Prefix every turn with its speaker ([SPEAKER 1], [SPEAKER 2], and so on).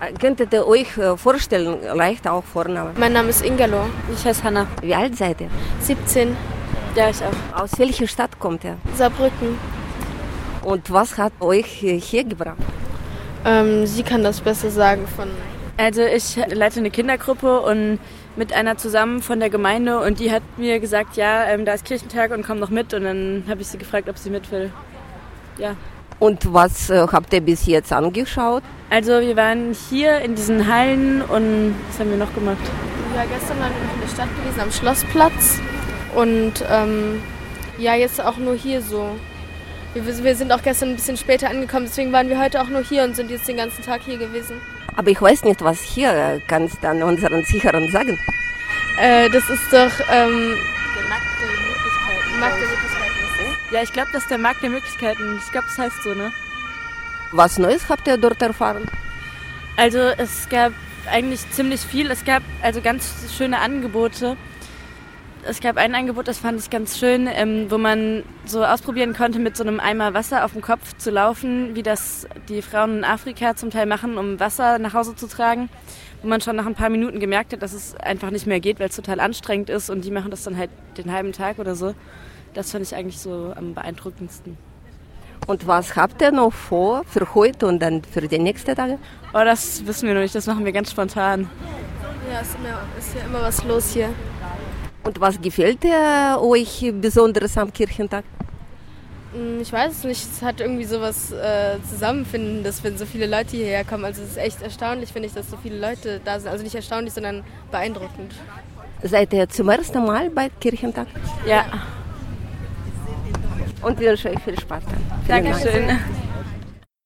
[SPEAKER 1] Äh, Könntet ihr euch äh, vorstellen, leicht auch Vorname?
[SPEAKER 2] Mein Name ist Ingelo.
[SPEAKER 3] Ich heiße Hanna.
[SPEAKER 1] Wie alt seid ihr?
[SPEAKER 2] 17.
[SPEAKER 3] Ja, ich auch.
[SPEAKER 1] Aus welcher Stadt kommt ihr?
[SPEAKER 2] Saarbrücken.
[SPEAKER 1] Und was hat euch hier gebracht?
[SPEAKER 2] Ähm, sie kann das besser sagen von.
[SPEAKER 3] Also ich leite eine Kindergruppe und mit einer zusammen von der Gemeinde und die hat mir gesagt, ja, ähm, da ist Kirchentag und komm noch mit und dann habe ich sie gefragt, ob sie mit will. Ja.
[SPEAKER 1] Und was äh, habt ihr bis jetzt angeschaut?
[SPEAKER 3] Also wir waren hier in diesen Hallen und was haben wir noch gemacht?
[SPEAKER 2] Ja, gestern waren wir noch in der Stadt gewesen am Schlossplatz und ähm, ja, jetzt auch nur hier so. Wir, wir sind auch gestern ein bisschen später angekommen, deswegen waren wir heute auch nur hier und sind jetzt den ganzen Tag hier gewesen.
[SPEAKER 1] Aber ich weiß nicht, was hier äh, kannst dann unseren Sicherern sagen.
[SPEAKER 2] Äh, das ist doch ähm,
[SPEAKER 3] der Markt der Möglichkeiten.
[SPEAKER 2] Markt der Möglichkeiten.
[SPEAKER 3] Ja, ich glaube, das ist der Markt der Möglichkeiten. Ich glaube, das heißt so, ne?
[SPEAKER 1] Was Neues habt ihr dort erfahren?
[SPEAKER 3] Also es gab eigentlich ziemlich viel. Es gab also ganz schöne Angebote. Es gab ein Angebot, das fand ich ganz schön, ähm, wo man so ausprobieren konnte, mit so einem Eimer Wasser auf dem Kopf zu laufen, wie das die Frauen in Afrika zum Teil machen, um Wasser nach Hause zu tragen. Wo man schon nach ein paar Minuten gemerkt hat, dass es einfach nicht mehr geht, weil es total anstrengend ist und die machen das dann halt den halben Tag oder so. Das fand ich eigentlich so am beeindruckendsten.
[SPEAKER 1] Und was habt ihr noch vor für heute und dann für die nächsten Tage?
[SPEAKER 3] Oh, das wissen wir noch nicht, das machen wir ganz spontan.
[SPEAKER 2] Ja, ist, immer, ist ja immer was los hier.
[SPEAKER 1] Und was gefällt dir euch besonders am Kirchentag?
[SPEAKER 2] Hm, Ich weiß es nicht, es hat irgendwie so was äh, Zusammenfindendes, wenn so viele Leute hierher kommen. Also es ist echt erstaunlich, finde ich, dass so viele Leute da sind. Also nicht erstaunlich, sondern beeindruckend.
[SPEAKER 1] Seid ihr zum ersten Mal bei Kirchentag?
[SPEAKER 3] ja. ja
[SPEAKER 1] und wir wünschen euch viel Spaß.
[SPEAKER 3] Dankeschön. Dank.